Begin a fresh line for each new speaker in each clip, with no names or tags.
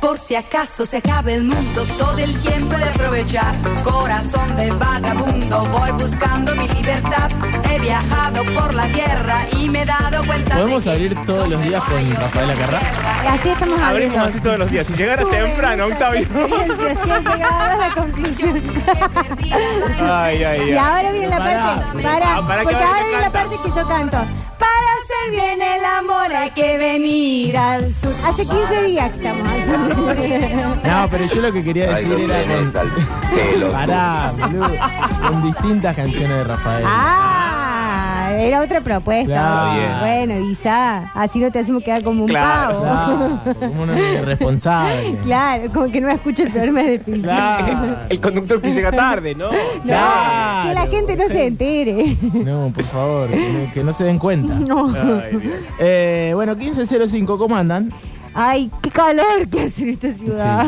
por si acaso se acabe el mundo, todo el tiempo he de aprovechar. Corazón de vagabundo, voy buscando mi libertad. He viajado por la tierra y me he dado cuenta.
Podemos
de que
abrir todos los
donde
días
no
con
hay otra
Rafaela Carrá.
tierra.
Así estamos
Abrimos
abriendo.
así todos los días. Si llegara temprano, Octavio.
Gracias, sí has llegado a la conclusión.
He perdido la
Ay, ay,
Y
ay.
ahora viene la parte, para,
Ah, pará, que
porque
ahora
ahora
que
viene la
canta.
parte que yo canto. Para hacer bien el amor hay que venir al sur. Hace 15 días que estamos al sur.
No, pero yo lo que quería
Ahí
decir
lo
era
tienes
con,
al pelo.
pará, boludo, con distintas canciones de Rafael.
Ah, era otra propuesta.
Claro.
otra.
Bien.
Bueno, quizá así no te hacemos quedar como un
Claro.
pavo.
Claro, como uno irresponsable.
Claro, como que no escucho el programa de principio.
Claro.
El conductor que llega tarde,
No,
¿no?
que la gente no se entere.
No, por favor, que no, que no se den cuenta.
No.
Ay, Dios.
Eh, bueno, 1505, ¿cómo andan?
Ay, qué calor que hace en esta ciudad.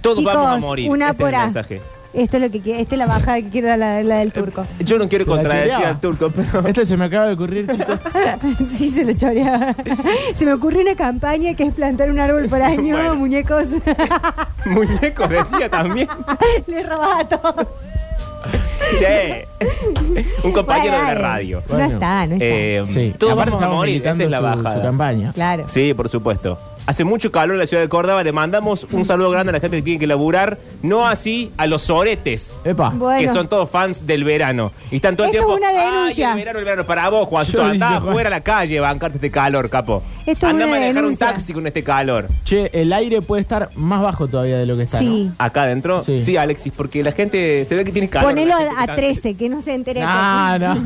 Todos
Chicos,
vamos a morir.
Una
Este es
por
el
A.
mensaje.
Esto es lo que quiero, esta es la bajada que quiero dar, la, la del turco.
Yo no quiero
Se la
contradecir
choreaba.
al turco, pero.
Este se me acaba de ocurrir, chicos.
sí, se lo choreaba. se me ocurrió una campaña que es plantar un árbol por año,
Bueno.
muñecos.
Muñeco decía también.
Le robaba a todos.
Che. Un compañero
Bueno,
de
dale.
la radio.
No
Bueno.
está, no está.
Eh,
Sí,
Todos
aparte
vamos a
estamos
morir. Esta
militando
es la
su-
bajada.
Su campaña.
claro.
Sí, por supuesto. Hace mucho calor en la ciudad de Córdoba. Le mandamos un saludo grande a la gente que tiene que laburar. No así a los soretes.
Epa.
Bueno.
Que son todos fans del verano. Y están todo el
Esto es
tiempo.
una denuncia.
Ay, el verano, el verano. Para vos, Juancito,
Yo dije,
andá
Juan.
afuera a la calle, bancarte este calor, capo.
Esto es
andá a
una
manejar
denuncia.
un taxi con este calor.
Che, el aire puede estar más bajo todavía de lo que está.
Sí.
Acá adentro. Sí.
Sí.
Alexis, porque la gente se ve que tiene calor.
Ponelo
La gente
a, a
está-
13, que no se entere.
¿no? Ah, no.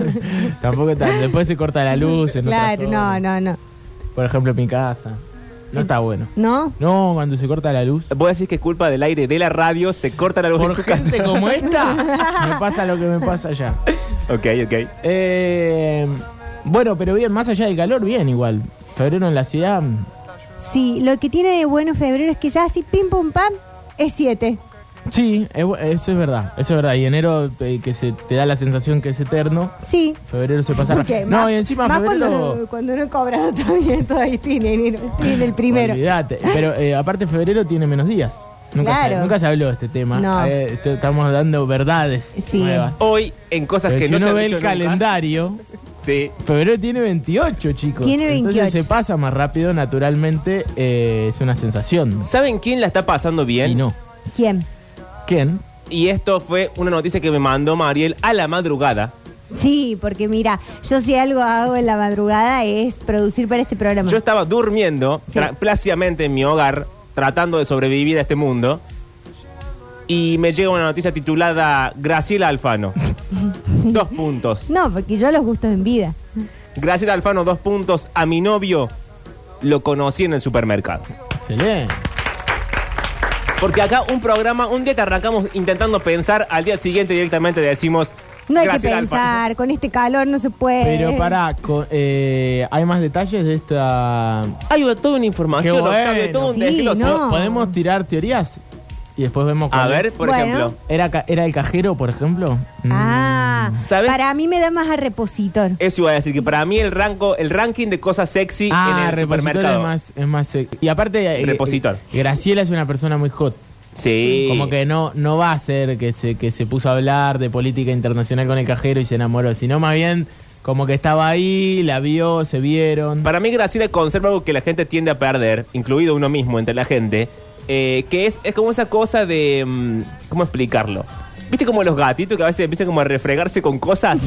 Tampoco tan. Después se corta la luz. En otras
Claro, no,
zonas.
no, no.
Por ejemplo, en mi casa. No está bueno.
¿No?
No, cuando se corta la luz.
Vos decís que es culpa del aire de la radio, se corta la luz en
Por
tu casa.
gente como esta, me pasa lo que me pasa allá.
Ok, ok.
Eh, bueno, pero bien, más allá del calor, bien igual. Febrero en la ciudad.
Sí, lo que tiene de bueno febrero es que ya así pim pum pam es 7.
Sí, es bu- eso es verdad. Eso es verdad. Y enero eh, que se te da la sensación que es eterno.
Sí.
Febrero se pasa.
Porque
No,
más-
y encima
más
febrero.
cuando, no- cuando no he cobrado todavía, todavía tiene, enero, tiene el primero.
Olvídate. Pero eh, aparte febrero tiene menos días. Nunca,
Claro.
se, nunca se habló de este tema.
No.
Eh, est- estamos dando verdades
Sí.
nuevas.
Hoy, en cosas
Pero
que
si
no se
uno
han
ve
dicho
el
nunca-
calendario,
Sí.
febrero tiene 28, chicos.
Tiene
Entonces
28.
se pasa más rápido, naturalmente eh, es una sensación.
¿Saben quién la está pasando bien?
Y no.
¿Quién?
¿Quién?
Y esto fue una noticia que me mandó Mariel a la madrugada.
Sí, porque mira, yo si algo hago en la madrugada es producir para este programa.
Yo estaba durmiendo tra- plácidamente en mi hogar, tratando de sobrevivir a este mundo. Y me llega una noticia titulada Graciela Alfano. dos puntos.
No, porque yo los gusto en vida.
Graciela Alfano, dos puntos. A mi novio lo conocí en el supermercado.
Eh.
Excelente.
Porque acá un programa, un día te arrancamos intentando pensar, al día siguiente directamente decimos.
No hay que
Graciela Alfano.
pensar, con este calor no se puede.
Pero pará, co- eh, hay más detalles de esta...
Hay toda una información,
Qué bueno.
Octavio, todo un
Sí,
desglose.
No.
Podemos tirar teorías y después vemos...
A
cuál
ver,
es.
por
Bueno.
ejemplo.
¿Era, ca- ¿Era el cajero, por ejemplo? Mm.
Ah,
¿Sabes?
para mí me da más a repositor.
Eso iba a decir que para mí el rango, el ranking de cosas sexy en el
repositor
supermercado.
Es Ah, más, es más eh, y aparte, eh,
Repositor.
eh, Graciela es una persona muy hot.
Sí.
Como que no, no va a ser que se, que se puso a hablar de política internacional con el cajero y se enamoró, sino más bien como que estaba ahí, la vio, se vieron.
Para mí Graciela conserva algo que la gente tiende a perder, incluido uno mismo entre la gente, eh, que es, es como esa cosa de... mm, ¿Cómo explicarlo? ¿Viste como los gatitos que a veces empiezan como a refregarse con cosas?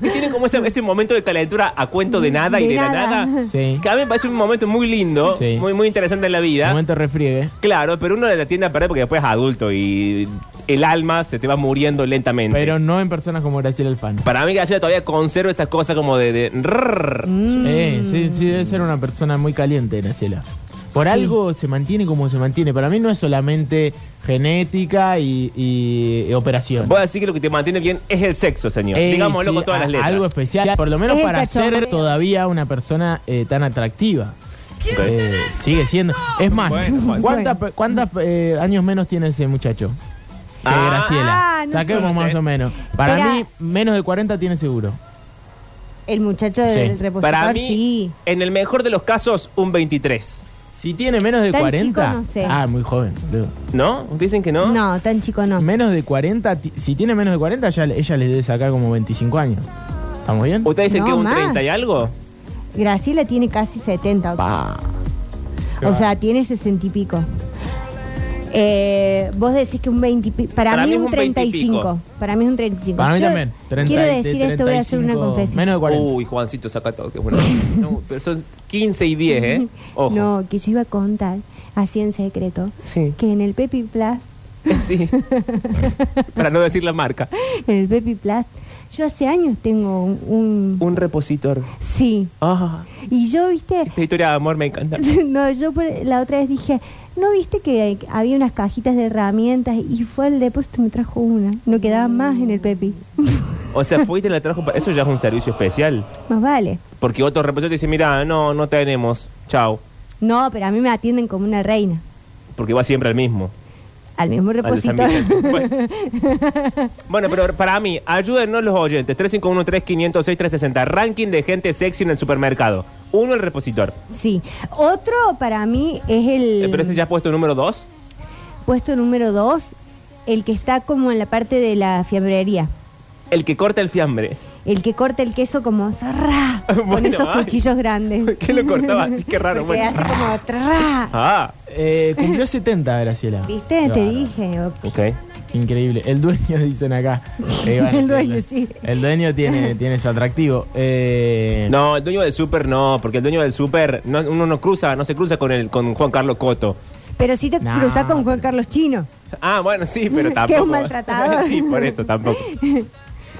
que tienen como ese, ese momento de calentura a cuento de nada y
De
de
nada.
la nada.
Sí.
Que a mí me parece un momento muy lindo,
Sí.
muy, muy interesante en la vida.
Momento refriegue.
Claro, pero uno la tiende a perder porque después es adulto y el alma se te va muriendo lentamente.
Pero no en personas como Graciela Alfano.
Para mí Graciela todavía conserva esa cosa como de... de-
Mm.
Eh, sí, sí, debe ser una persona muy caliente, Graciela. Por
Sí.
algo se mantiene como se mantiene. Para mí no es solamente genética y, y- y operación.
Voy a decir que lo que te mantiene bien es el sexo, señor.
Ey,
Digámoslo
sí,
con todas
a-
las letras.
Algo especial, por lo menos
Es el
para ser
cachondeo.
todavía una persona eh, tan atractiva.
Quiero
Eh, sigue siendo. Es más,
Bueno, Juan.
¿cuántas cuántas, eh, años menos tiene ese muchacho? Que
Ah.
Graciela.
Ah, no
Saquemos
sé.
más o menos. Para
Espera.
mí, menos de 40 tiene seguro.
El muchacho del
Sí.
repositor,
Para mí,
sí.
en el mejor de los casos, un 23.
Si tiene menos de
Tan
40.
chico no sé.
Ah, muy joven, boludo.
¿No? ¿Dicen que no?
No, tan chico no.
Menos de 40, ti- si tiene menos de 40, ya, le- ella le debe sacar como 25 años. ¿Estamos bien?
¿Ustedes dicen
No,
que un
más.
30 y algo?
Graciela tiene casi 70.
Pa.
O sea, tiene 60 y pico. Eh, vos decís que un 20 y pi- para,
Para
mí
mí
un
es un 20 y
35.
pico.
Para mí es un 35.
Para mí
Yo
también. 30,
quiero decir esto, voy a hacer una
35,
confesión.
Menos de 40.
Uy, Juancito, saca todo. Que bueno. No, pero son 15 y 10, ¿eh? Ojo.
No, que yo iba a contar, así en secreto,
Sí.
que en el Pepi Plus,
Sí. Para no decir la marca.
en el Pepi Plus, yo hace años tengo un, un-
Un repositor.
Sí.
Ah,
Y yo, viste,
esta historia de amor me encanta.
no, yo por- la otra vez dije, ¿no viste que había unas cajitas de herramientas? Y fue al depósito y me trajo una. No quedaba
Mm.
más en el Pepi.
O sea, fuiste y la trajo para... Eso ya es un servicio especial.
Más vale.
Porque otro repositor te dice, mira, no, no tenemos. Chao.
No, pero a mí me atienden como una reina.
Porque va siempre al mismo.
Al mismo
al de San
repositorio.
Vicente. Bueno. Bueno, pero para mí, ayúdennos los oyentes. 351-3506-360. Ranking de gente sexy en el supermercado. Uno, el repositor.
sí. Otro para mí es el
Eh, pero este ya ha puesto número dos.
puesto número dos, el que está como en la parte de la fiambrería.
El que corta el fiambre.
El que corta el queso como zarra, con
Bueno,
esos
ay.
cuchillos
¿Por
grandes.
qué lo cortaba así? Qué raro.
Porque
Bueno.
hace como zarra.
Ah,
Eh, cumplió 70, Graciela.
¿Viste?
Claro.
Te dije. o-
ok.
Increíble. El dueño, dicen acá. Eh, iban a
El dueño,
decirlo.
sí.
El dueño tiene, tiene su atractivo. Eh,
No, el dueño del súper no, porque el dueño del súper no, uno no cruza, no se cruza con el con Juan Carlos Coto.
Pero si te
No,
cruzás con Juan Carlos Chino.
Ah, bueno, sí, pero
un
tampoco.
maltratador.
sí, por eso tampoco.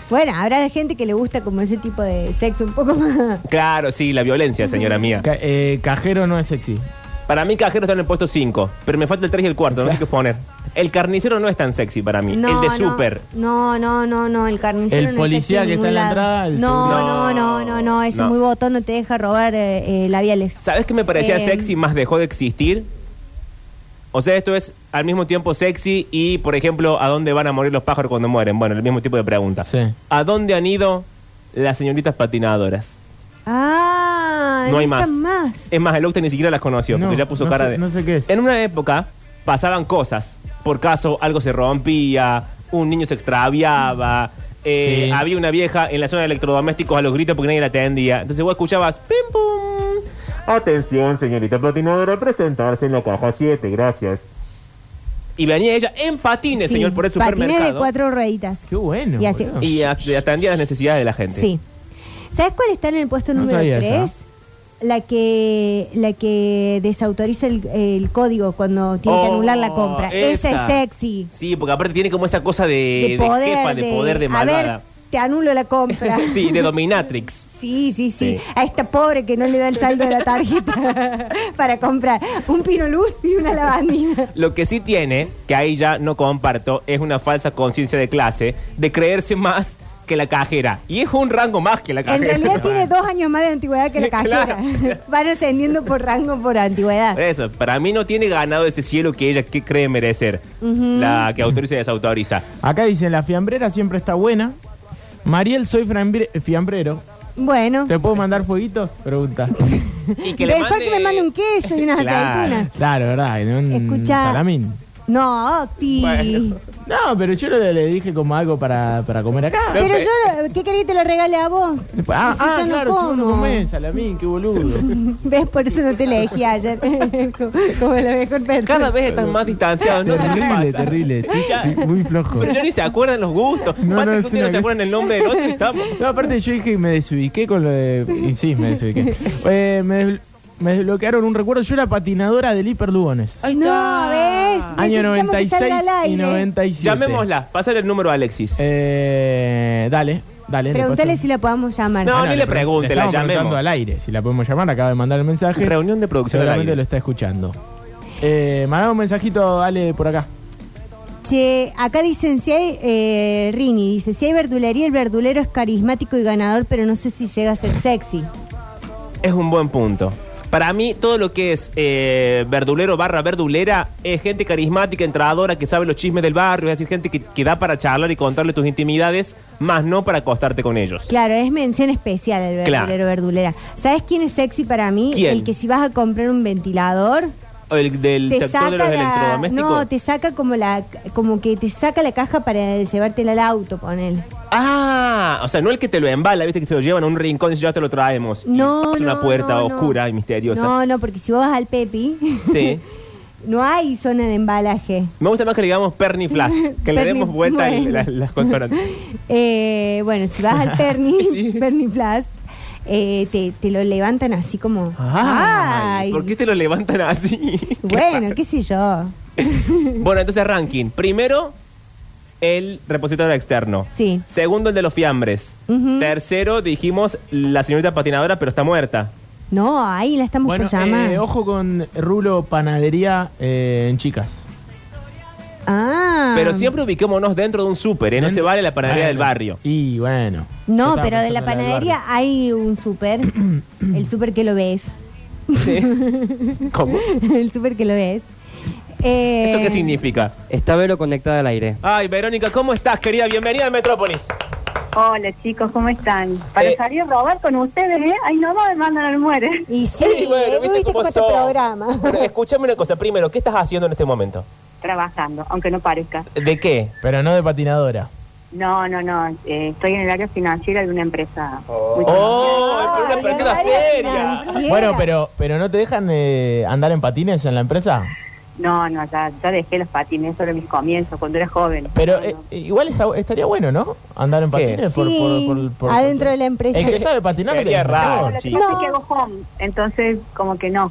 Bueno, habrá gente que le gusta como ese tipo de sexo un poco más.
Claro, sí, la violencia, señora mía.
ca- eh, cajero no es sexy.
Para mí cajero está en el puesto 5, pero me falta el 3 y el 4, no sé qué poner. El carnicero no es tan sexy para mí, el de súper.
No, no, no, no, el carnicero
El
no es sexy
policía
en
que está
ningún
en la
lado.
entrada, el
No, no,
seguridad.
no, no, no, ese
No.
muy botón no te deja robar eh, eh, labiales.
¿Sabes qué me parecía
Eh,
sexy más dejó de existir? O sea, esto es al mismo tiempo sexy y, por ejemplo, ¿a dónde van a morir los pájaros cuando mueren? Bueno, el mismo tipo de pregunta.
Sí.
¿A dónde han ido las señoritas patinadoras?
Ah,
no hay más.
están más.
Es más, el Octa ni siquiera las conoció,
No,
porque ya puso
no
cara
sé-
de.
no sé qué es.
En una época pasaban cosas. Por caso, algo se rompía, un niño se extraviaba, eh,
Sí.
había una vieja en la zona de electrodomésticos a los gritos porque nadie la atendía. Entonces vos escuchabas ¡Pim pum! Atención, señorita patinadora, presentarse en la caja 7, gracias. Y venía ella en patines,
Sí,
señor, por el
patines de
supermercado.
cuatro rueditas.
Qué bueno.
Y así-
boludo.
Y at- atendía las necesidades de la gente.
Sí. ¿Sabes cuál está en el puesto
No
número
sabía
3?
esa.
La que, la que desautoriza el, el código cuando tiene que
Oh,
anular la compra. Esa,
esa.
es sexy.
Sí, porque aparte tiene como esa cosa de, de jefa, de, poder, de
a
malvada.
ver, te anulo la compra.
sí, de Dominatrix.
Sí, sí, sí,
Sí.
A esta pobre que no le da el saldo de la tarjeta para comprar un pino luz y una lavandina.
Lo que sí tiene, que ahí ya no comparto, es una falsa conciencia de clase de creerse más que la cajera. Y es un rango más que la
En
cajera.
realidad tiene dos años más de antigüedad que la cajera.
Ah, Claro. Eh.
Van ascendiendo por rango, por antigüedad.
Eso, para mí no tiene ganado ese cielo que ella que cree merecer. La que autoriza y desautoriza.
Acá dicen, la fiambrera siempre está buena. Mariel, soy frambre- fiambrero.
Bueno,
¿Te puedo mandar fueguitos? Pregunta.
Y que le
mejor que me mande un queso y unas
Claro.
aceitunas.
Claro, ¿verdad? En un
Escuchá.
salamín.
No, Octi.
Bueno.
No, pero yo le, le dije como algo para, para comer acá.
Pero yo, ¿qué querés que te lo regale a vos?
Ah,
Si
ah,
yo no
claro, si uno
como.
come salamín, qué boludo.
¿Ves? Por eso no te elegí ayer. como, como la mejor persona.
Cada vez están más distanciados. No sé qué
terrible,
pasa.
terrible. Estoy-
Ya.
estoy muy flojo.
Pero ya ni se acuerdan los gustos.
No,
Basta
no,
que
es
ustedes no
una
se acuerdan
cosa-
el nombre del otro y estamos.
No, aparte yo dije que me desubiqué con lo de... Y sí, me desubiqué. Eh, me, desblo- me desbloquearon un recuerdo. Yo era patinadora del Hiperduones.
Ahí
No,
está.
¿ves?
Año
Necesitamos que
96
salga al
y
aire.
97.
Llamémosla. Pásale el número a Alexis.
Eh, dale, dale. le
Pregúntale
paso. Ah,
si la podemos llamar.
No, ni
pre-
le pregunte, la
estamos preguntando
llamemos.
al aire. Si la podemos llamar, acaba de mandar el mensaje.
Reunión de producción. al
Seguramente
aire.
lo está escuchando. Eh, mandá un mensajito, Ale, por acá.
Che, acá dicen si hay eh, Rini, dice, si hay verdulería, el verdulero es carismático y ganador, pero no sé si llega a ser sexy.
Es un buen punto. Para mí, todo lo que es eh, verdulero barra verdulera es gente carismática, entradora, que sabe los chismes del barrio, es decir, gente que, que da para charlar y contarle tus intimidades, más no para acostarte con ellos.
Claro, es mención especial el
Claro.
verdulero verdulera. ¿Sabes quién es sexy para mí?
¿Quién?
El que si vas a comprar un ventilador,
O El del
te
sector
saca
de los
la,
electrodomésticos.
no, te saca como la como que te saca la caja para llevártela al auto, ponele.
Ah, o sea, no el que te lo embala, viste que se lo llevan a un rincón y ya te lo traemos. Y
No,
Es una
no,
puerta
no, no.
oscura y misteriosa.
No, no, porque si vos vas al Pepi,
Sí.
no hay zona de embalaje.
Me gusta más que le digamos perniflas, que le
Perni-
demos vuelta y
bueno.
la- las consonantes.
Eh, bueno, si vas al Perni,
Sí.
Perni Plus, eh, te, te lo levantan así como.
Ay, ¿Por qué te lo levantan así?
Bueno, qué sé yo.
Bueno, entonces ranking. Primero, el repositorio externo.
Sí.
Segundo, el de los fiambres.
Ujú.
Tercero, dijimos la señorita patinadora, pero está muerta.
No, ahí la estamos
Bueno,
por llamar.
eh, ojo con Rulo Panadería eh, en chicas.
Ah.
Pero siempre ubiquémonos dentro de un súper, ¿eh? No se vale la panadería del
Bueno,
barrio.
Y bueno. Yo
No,
estaba
pero de la
pensando en del
panadería hay un súper. el súper que lo ves.
Sí. ¿Cómo?
el súper que lo ves. Eh,
¿Eso qué significa?
Está Vero conectada al aire.
Ay, Verónica, ¿cómo estás, querida? Bienvenida a Metrópolis.
Hola chicos, ¿cómo están? Para
Eh.
salir a robar con ustedes, ¿eh? Ay, no, no me mandan al muere.
Y sí,
Sí, bueno,
eh,
viste
viste
cómo
cómo este
son.
programa.
Bueno, escúchame una cosa. Primero, ¿qué estás haciendo en este momento?
Trabajando, aunque no parezca.
¿De qué?
Pero no de patinadora.
No, no, no. eh, estoy en el área financiera de una empresa. muy
¡Oh!
Ah,
pero una
la
persona
área
seria!
financiera.
Bueno, pero, pero ¿no te dejan eh, andar en patines en la empresa?
No, no, ya, ya dejé los patines sobre mis comienzos cuando era joven.
Pero
No,
eh,
no.
igual está- estaría bueno, ¿no? Andar en
¿Qué?
patines por,
Sí,
por- por- por-
adentro de la empresa.
El que sabe patinar no te
Sería
deja.
raro.
Lo que
chico.
pasa es
No.
que hago home, entonces como que no.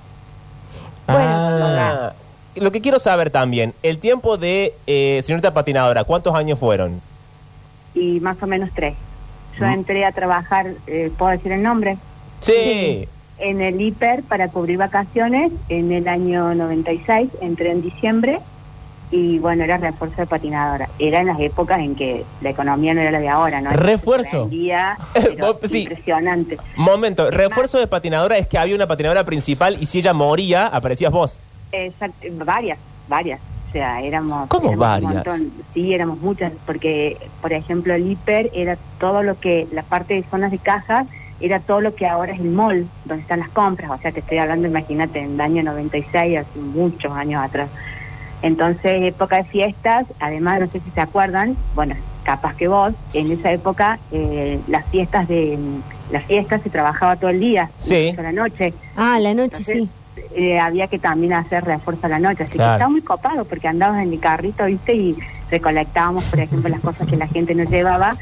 Ah,
Ah, Lo que quiero saber también, el tiempo de eh, señorita patinadora, ¿cuántos años fueron?
Y más o menos tres. Yo entré a trabajar, eh, ¿puedo decir el nombre?
Sí.
En el hiper para cubrir vacaciones en el año 96, entré en diciembre y bueno, era refuerzo de patinadora. Era en las épocas en que la economía no era la de ahora, ¿no?
¿Refuerzo?
Un día pero
Vos, sí.
impresionante.
Momento, refuerzo de patinadora es que había una patinadora principal y si ella moría, aparecías vos.
Exacto, varias, varias. O sea, éramos...
¿Cómo
éramos
varias?
un montón. Sí, éramos muchas, porque, por ejemplo, el hiper era todo lo que, la parte de zonas de cajas, era todo lo que ahora es el mall, donde están las compras. O sea, te estoy hablando, imagínate, en el año 96, hace muchos años atrás. Entonces, época de fiestas, además, no sé si se acuerdan, bueno, capaz que vos, en esa época, eh, las fiestas de... Las fiestas se trabajaba todo el día,
Sí.
toda la noche.
Ah, la noche
Entonces,
sí.
eh, había que también hacer refuerzo a la noche, así
Claro.
que estaba muy copado porque andábamos en mi carrito, ¿viste? Y recolectábamos, por ejemplo, las cosas que la gente no llevaba,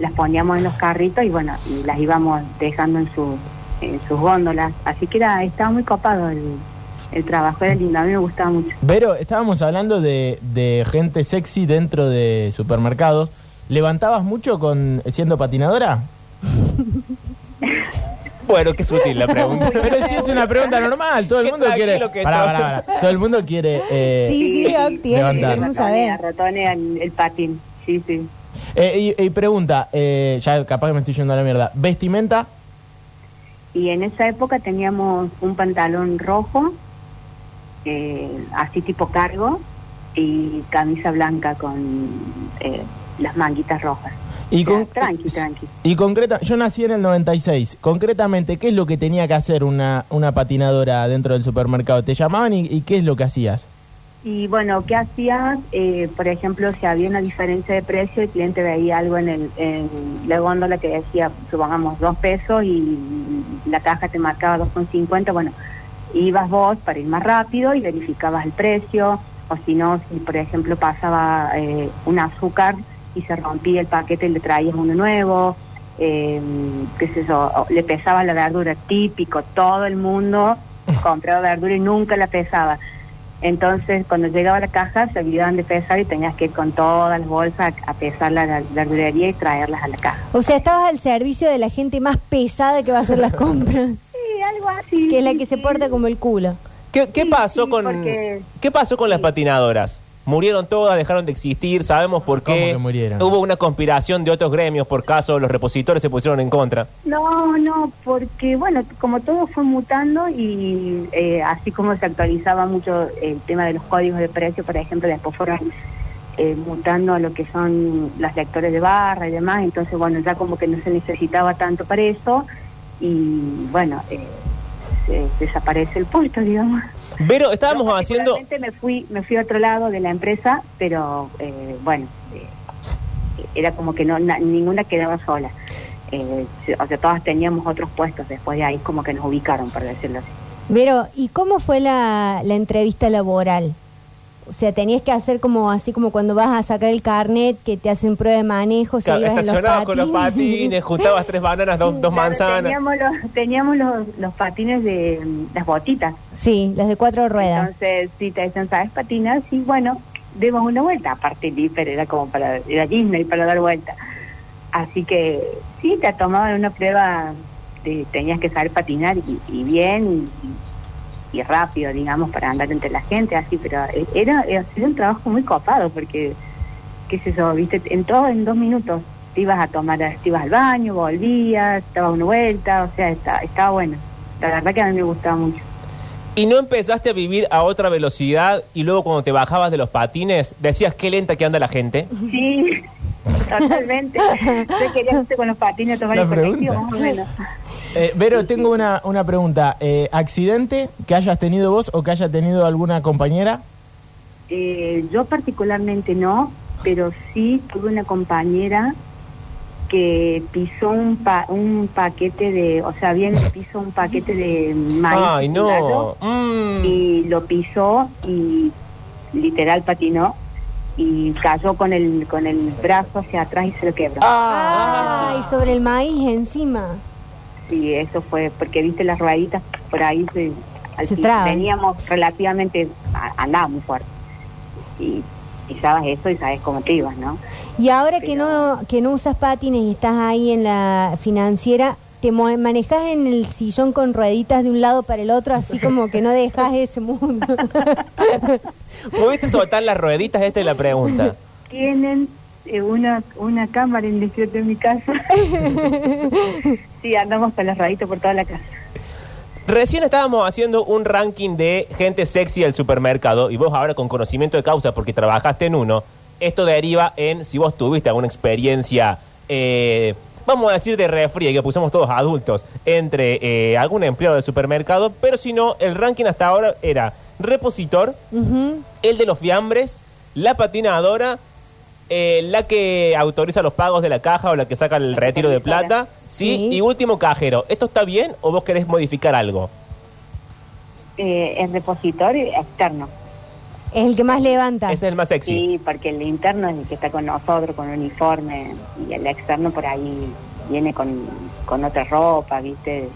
las poníamos en los carritos y bueno, y las íbamos dejando en, su, en sus góndolas. Así que era, estaba muy copado el, el trabajo, era lindo, a mí me gustaba mucho.
Vero, estábamos hablando de, de gente sexy dentro de supermercados. ¿Levantabas mucho con siendo patinadora?
Bueno, qué sutil la pregunta.
Pero si es una pregunta normal, todo el
Qué
mundo quiere.
tranquilo que
Pará,
estaba.
pará, pará. Todo el mundo quiere. eh,
Sí, sí, Octi, es lo
levantar.
que queremos
ratonea,
saber.
ratonea el, el patín, sí, sí.
eh, y, y pregunta, eh, ya capaz que me estoy yendo a la mierda. ¿Vestimenta?
Y en esa época teníamos un pantalón rojo, eh, así tipo cargo, y camisa blanca con eh, las manguitas rojas.
Y
O sea,
con,
tranqui, tranqui.
Y concreta, yo nací en el 96. Concretamente, ¿qué es lo que tenía que hacer una, una patinadora dentro del supermercado? ¿Te llamaban y, y qué es lo que hacías?
Y bueno, ¿qué hacías? Eh, por ejemplo, si había una diferencia de precio, el cliente veía algo en, el, en la góndola que decía, supongamos, dos pesos y la caja te marcaba 2,50. Bueno, ibas vos para ir más rápido y verificabas el precio. O si no, si por ejemplo pasaba eh, un azúcar y se rompía el paquete, le traías uno nuevo. Eh, ¿Qué es eso? Le pesaba la verdura, típico, todo el mundo compraba verdura y nunca la pesaba. Entonces, cuando llegaba a la caja, se olvidaban de pesar y tenías que ir con todas las bolsas a pesar la la verdulería y traerlas a la caja.
O sea, estabas al servicio de la gente más pesada que va a hacer las compras,
Sí, algo así.
que es la que se porta como el culo.
¿Qué, qué
Sí,
pasó
sí,
con
porque-
qué pasó con las patinadoras? Murieron todas, dejaron de existir, sabemos por
¿Cómo
qué.
que murieron?
Hubo una conspiración de otros gremios, por caso, los repositores se pusieron en contra.
No, no, porque bueno, como todo fue mutando y eh, así como se actualizaba mucho el tema de los códigos de precio, por ejemplo, después fueron eh, mutando a lo que son las lectores de barra y demás, entonces bueno, ya como que no se necesitaba tanto para eso y bueno, eh, se- desaparece el puesto, digamos.
Pero estábamos
Yo
haciendo...
particularmente me fui me fui a otro lado de la empresa pero eh, bueno eh, era como que no na- ninguna quedaba sola Eh, o sea todas teníamos otros puestos después de ahí como que nos ubicaron por decirlo así
Vero, ¿y cómo fue la, la entrevista laboral? O sea, tenías que hacer como así como cuando vas a sacar el carnet, que te hacen prueba de manejo, o sea,
Claro,
ibas en los
estacionabas con los patines, juntabas tres bananas, dos, dos
Claro,
manzanas.
teníamos los teníamos los, los patines de mm, las botitas
Sí, las de cuatro ruedas.
entonces si te dicen sabes patinar sí bueno demos una vuelta aparte pero era como para era Disney para dar vuelta así que sí te tomaban una prueba de- tenías que saber patinar y, y bien y, y rápido digamos para andar entre la gente así pero e- era, era era un trabajo muy copado porque qué sé yo viste en todo en dos minutos te ibas a tomar te ibas al baño volvías te dabas una vuelta o sea está- estaba bueno la verdad que a mí me gustaba mucho
Y no empezaste a vivir a otra velocidad y luego cuando te bajabas de los patines decías qué lenta que anda la gente.
Sí, totalmente. Yo quería irse con los patines a tomar
La
el colectivo,
pregunta.
más o menos.
Eh, Vero, tengo una, una pregunta. Eh, ¿Accidente que hayas tenido vos o que haya tenido alguna compañera?
Eh, yo particularmente no, pero sí tuve una compañera que pisó un, pa- un paquete de, o sea, bien pisó un paquete de maíz.
Ay,
un gallo,
no. Mm.
y lo pisó y literal patinó y cayó con el con el brazo hacia atrás y se lo quebró.
Ah, y sobre el maíz encima.
y eso fue porque viste las rueditas por ahí se, al
Se
fin-
traban.
veníamos relativamente a- andábamos fuerte y pisabas eso y sabes cómo te ibas no
Y ahora que
Pero-
no que no usas patines y estás ahí en la financiera, te mo- manejas en el sillón con rueditas de un lado para el otro, así como que no dejas ese mundo.
¿Pudiste soltar las rueditas? Esta es la pregunta.
tienen eh, una una cámara en discreto en mi casa sí andamos con las rueditas por toda la casa
Recién estábamos haciendo un ranking de gente sexy del supermercado y vos ahora con conocimiento de causa porque trabajaste en uno, esto deriva en si vos tuviste alguna experiencia, eh, vamos a decir de refri, que pusimos todos adultos, entre eh, algún empleado del supermercado, pero si no, el ranking hasta ahora era repositor,
Ujú.
el de los fiambres, la patinadora, eh, la que autoriza los pagos de la caja o la que saca el retiro de
supervisora.
plata, ¿sí?
Sí.
y último cajero. ¿Esto está bien o vos querés modificar algo?
eh, el repositorio externo
Es el que más levanta.
Ese es el más sexy.
sí porque el interno es el que está con nosotros con uniforme y el externo por ahí viene con, con otra ropa viste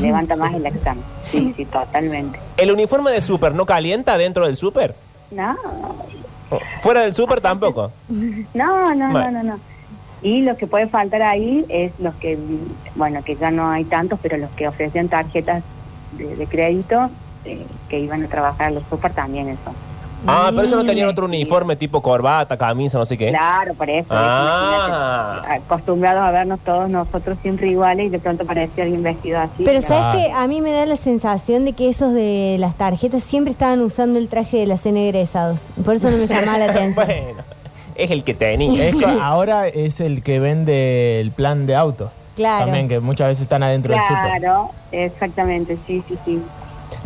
levanta más el externo sí sí totalmente
¿El uniforme de súper no calienta dentro del súper?
No,
Oh, Fuera del súper tampoco.
no, no,
Bueno.
no, no, no. Y lo que puede faltar ahí es los que, mm, bueno, que ya no hay tantos, pero los que ofrecían tarjetas de, de crédito eh, que iban a trabajar a los super también eso.
Ah, pero eso no tenían otro uniforme tipo corbata, camisa, no sé qué.
Claro, por eso.
Ah.
imagínate, Acostumbrados a vernos todos nosotros siempre iguales y de pronto aparecía alguien vestido así.
Pero
y-
sabes que a mí me da la sensación de que esos de las tarjetas siempre estaban usando el traje de la cena de egresados. Por eso no me llamaba la atención.
Bueno, es el que tenía.
De hecho, ahora es el que vende el plan de autos.
Claro.
También, que muchas veces están adentro del súper.
Claro, exactamente, sí, sí, sí.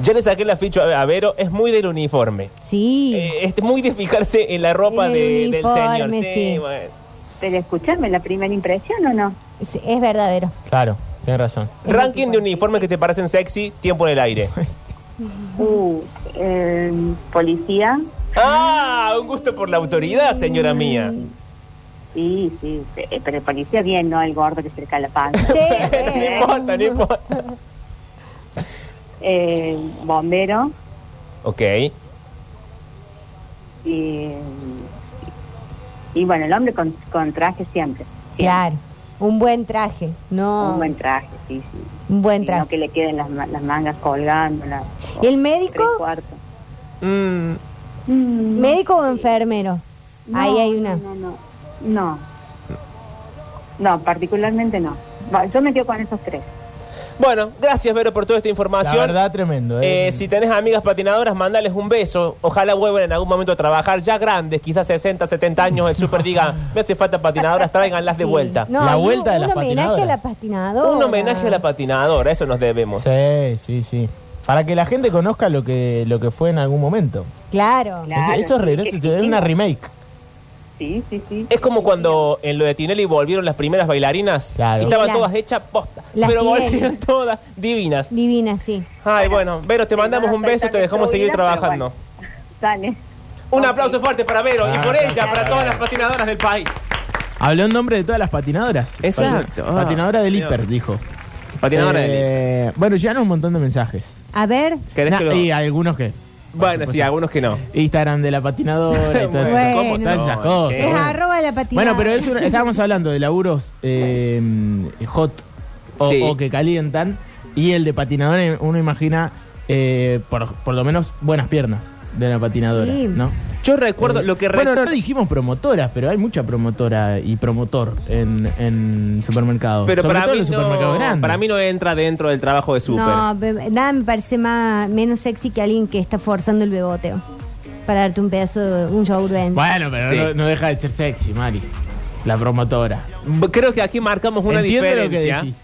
Yo le saqué la ficha a Vero, es muy del uniforme.
Sí.
Eh, es muy de fijarse en la ropa
En
de-
el
del
uniforme,
señor. Sí,
sí.
bueno.
Pero escucharme la primera impresión o no?
Es, es verdadero.
Claro, tienes razón.
Ranking de uniformes que te parecen sexy, tiempo en el aire.
Uh, eh, policía,
¡Ah! Un gusto por la autoridad, señora mía.
Sí, sí, eh, pero el policía bien, ¿no? El gordo que cerca la panza.
Sí,
no
eh.
importa, no importa.
Eh, bombero,
Ok.
y, y bueno, el hombre con, con traje siempre. siempre.
Claro. Un buen traje. No.
Un buen traje, sí, sí.
un buen
Y no
traje.
que le queden las, ma- las mangas colgando. las-
¿Y el
tres
médico?
cuartos.
Mm,
Mm,
¿Médico o enfermero?
no,
Ahí hay una.
No, no, no. No, particularmente no. Va, Yo me quedo con esos tres.
Bueno, gracias, Vero, por toda esta
La
información.
verdad, tremendo. ¿eh?
Eh, si tenés amigas patinadoras, mandales un beso. Ojalá vuelvan en algún momento a trabajar ya grandes, quizás 60, 70 años. El super diga, me hace falta patinadoras, tráiganlas de
Sí.
vuelta.
No,
La
hay un-
vuelta de las
Un homenaje a la
patinadoras.
patinadora.
Un homenaje a la patinadora, eso nos debemos.
Sí, sí, sí. Para que la gente conozca lo que, lo que fue en algún momento.
Claro.
Claro.
Es- Eso es regreso,
Qué
es una
lindo.
remake.
Sí, sí, sí.
Es como cuando en lo de Tinelli volvieron las primeras bailarinas.
Claro.
Y
Sí,
estaban
la-
todas hechas posta.
las
pero
Tinelli.
volvían todas divinas.
Divina, sí.
Ay, bueno, Vero, te mandamos
no
un beso, te
afectan
dejamos
tu
seguir
vida, pero
trabajando.
Sale.
Un aplauso fuerte para Vero y
Ah,
por ella,
gracias.
para todas las patinadoras del país.
Habló en nombre de todas las patinadoras.
Exacto.
Pati- Patinadora del
Dios.
hiper, dijo.
Patinadora
Eh,
del
Bueno, llegan un montón de mensajes.
A ver.
¿Querés
Eh, Na-
que lo-
Y algunos que.
Bueno, sí, algunos que no.
Instagram de la patinadora y todas esas-
Bueno.
¿cómo
todas
son,
esas cosas.
che?
Es arroba la
Bueno,
patinadora.
pero es una- estábamos hablando de laburos eh, hot o,
Sí.
o que calientan y el de patinador eh, uno imagina eh, por, por lo menos buenas piernas de la patinadora,
Sí.
¿no?
Yo recuerdo
Eh,
lo que
bueno,
recuerdo-
no dijimos promotoras, pero hay mucha promotora y promotor en, en supermercados.
pero
Sobre
para
todo en
mí,
los supermercados
no,
grandes.
para mí no entra dentro del trabajo de súper.
No, be- nada me parece más, menos sexy que alguien que está forzando el beboteo para darte un pedazo de un yogur Ben.
Bueno, pero
Sí.
no, no deja de ser sexy, Mari. La promotora.
B- Creo que aquí marcamos una
Entiendo lo que
diferencia
decís.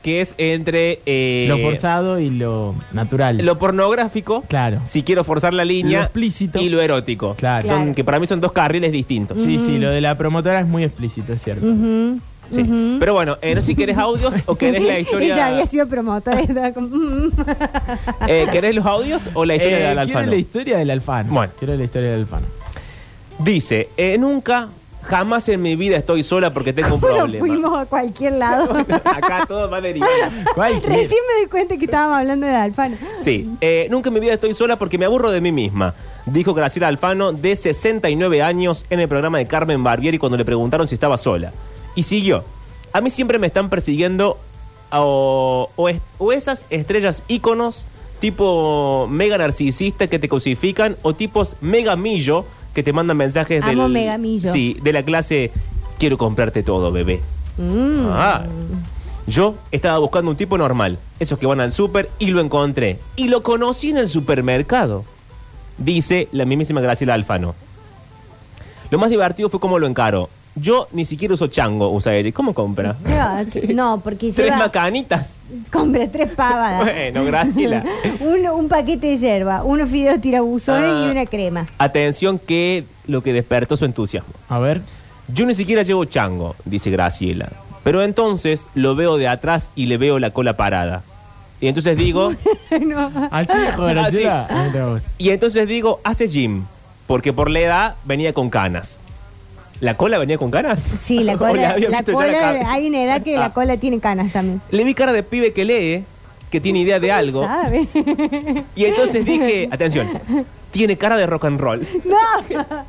que es entre eh,
lo forzado y lo natural.
lo pornográfico,
Claro.
si quiero forzar la línea,
Lo explícito.
y lo erótico.
Claro.
Son-
Claro.
que para mí son dos carriles distintos.
Sí, sí, lo de la promotora es muy explícito, es cierto.
Ujú,
Sí.
ujú.
Pero bueno, eh, no sé si querés audios o querés la historia.
Ella había sido promotora. estaba como, mm.
Eh, ¿Querés los audios o la historia
Eh,
del
quiero
alfano?
la historia del alfano.
Bueno.
Quiero la historia del alfano.
Dice, eh, nunca, jamás en mi vida estoy sola porque tengo un
Bueno,
problema.
fuimos a cualquier lado.
Acá todo va derivado.
Cualquier.
Recién me di cuenta que estábamos hablando de Alfano.
Sí, eh, nunca en mi vida estoy sola porque me aburro de mí misma. Dijo Graciela Alfano, de 69 años, en el programa de Carmen Barbieri cuando le preguntaron si estaba sola. Y siguió. A mí siempre me están persiguiendo a- o, o es- o esas estrellas íconos tipo mega narcisista que te cosifican o tipos mega millo que te mandan mensajes
Amo
del-
mega millo.
Sí, de la clase quiero comprarte todo, bebé.
Mm.
Ah. Yo estaba buscando un tipo normal, esos que van al súper, y lo encontré. Y lo conocí en el supermercado, dice la mismísima Graciela Alfano. Lo más divertido fue cómo lo encaró. Yo ni siquiera uso chango, usa ella. ¿Y ¿Cómo compra?
No, No, porque
Tres
lleva,
macanitas.
compré tres pavadas.
Bueno, Graciela.
un, un paquete de hierba, unos fideos tirabuzones
Ah.
y una crema.
Atención que lo que despertó su entusiasmo.
A ver.
Yo ni siquiera llevo chango, dice Graciela. Pero entonces lo veo de atrás y le veo la cola parada. Y entonces digo,
Así dijo Graciela. Ah, Mira vos.
Y entonces digo, hace gym, porque por la edad venía con canas. ¿La cola venía con canas?
Sí, la
¿O
cola,
había
la
visto ya
cola-
cabeza?
hay una edad que
Ah.
la cola tiene canas también.
Le vi cara de pibe que lee, que tiene idea de algo.
¿Sabe?
Y entonces dije, atención, tiene cara de rock and roll.
no.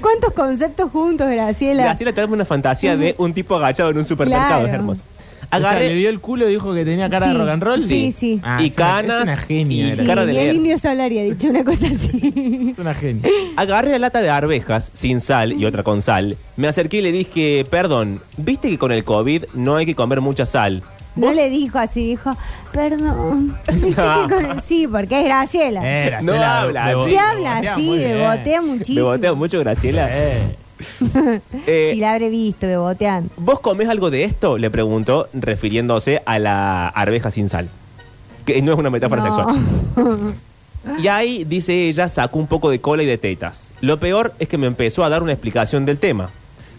¿Cuántos conceptos juntos, Graciela?
Y así le traemos una fantasía de un tipo agachado en un supermercado,
Claro.
es hermoso.
O sea, le
Agarré
vio el culo y dijo que tenía cara de
Sí.
rock and roll.
Sí, sí.
Ah,
Y
es una-
canas,
Es una genia.
y
Graciela.
Sí,
cara de
y
leer.
el indio Solar y ha dicho una cosa así.
Es una genia.
Agarré la lata de arvejas sin sal y otra con sal. Me acerqué y le dije, perdón, ¿viste que con el COVID no hay que comer mucha sal?
No le dijo así, dijo, perdón. ¿viste que con- Sí, porque es Graciela.
Eh,
No
Graciela,
habla
bebo-
así.
Se
sí,
habla
bebotea
así,
muy bien.
bebotea
Me
muchísimo.
boteo mucho, Graciela.
Eh,
Eh,
Si la habré visto beboteando.
¿Vos comés algo de esto? Le preguntó, refiriéndose a la arveja sin sal. Que no es una metáfora
No.
sexual. Y ahí, dice ella, sacó un poco de cola y de tetas. Lo peor es que me empezó a dar una explicación del tema.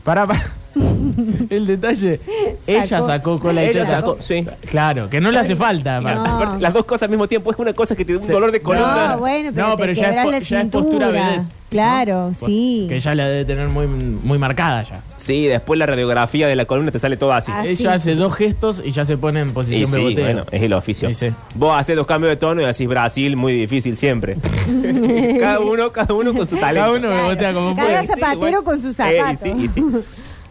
Pará, pará. El detalle. Ella sacó cola y
Ella
teta.
sacó, sí.
Claro, que no le hace falta.
No.
aparte.
Aparte, Las dos cosas al mismo tiempo. Es una cosa que te da un dolor de columna.
No, bueno, pero,
No,
te
pero ya es
quebrás
po-
la
ya es postura
cintura.
vedette, ¿no?
Claro, sí.
Que ya la debe tener muy, muy marcada ya.
Sí, después la radiografía de la columna te sale todo así.
Ah, sí.
Ella hace dos gestos y ya se pone en
Y
posición
sí,
beboteo.
bueno, es el oficio.
Y sí.
Vos haces dos cambios de tono y decís Brasil, muy difícil siempre. cada uno, cada uno con su talento.
Cada uno bebotea como
Cada
puede.
Sí,
zapatero
bueno.
con su
Eh,
zapato.
y sí, y sí.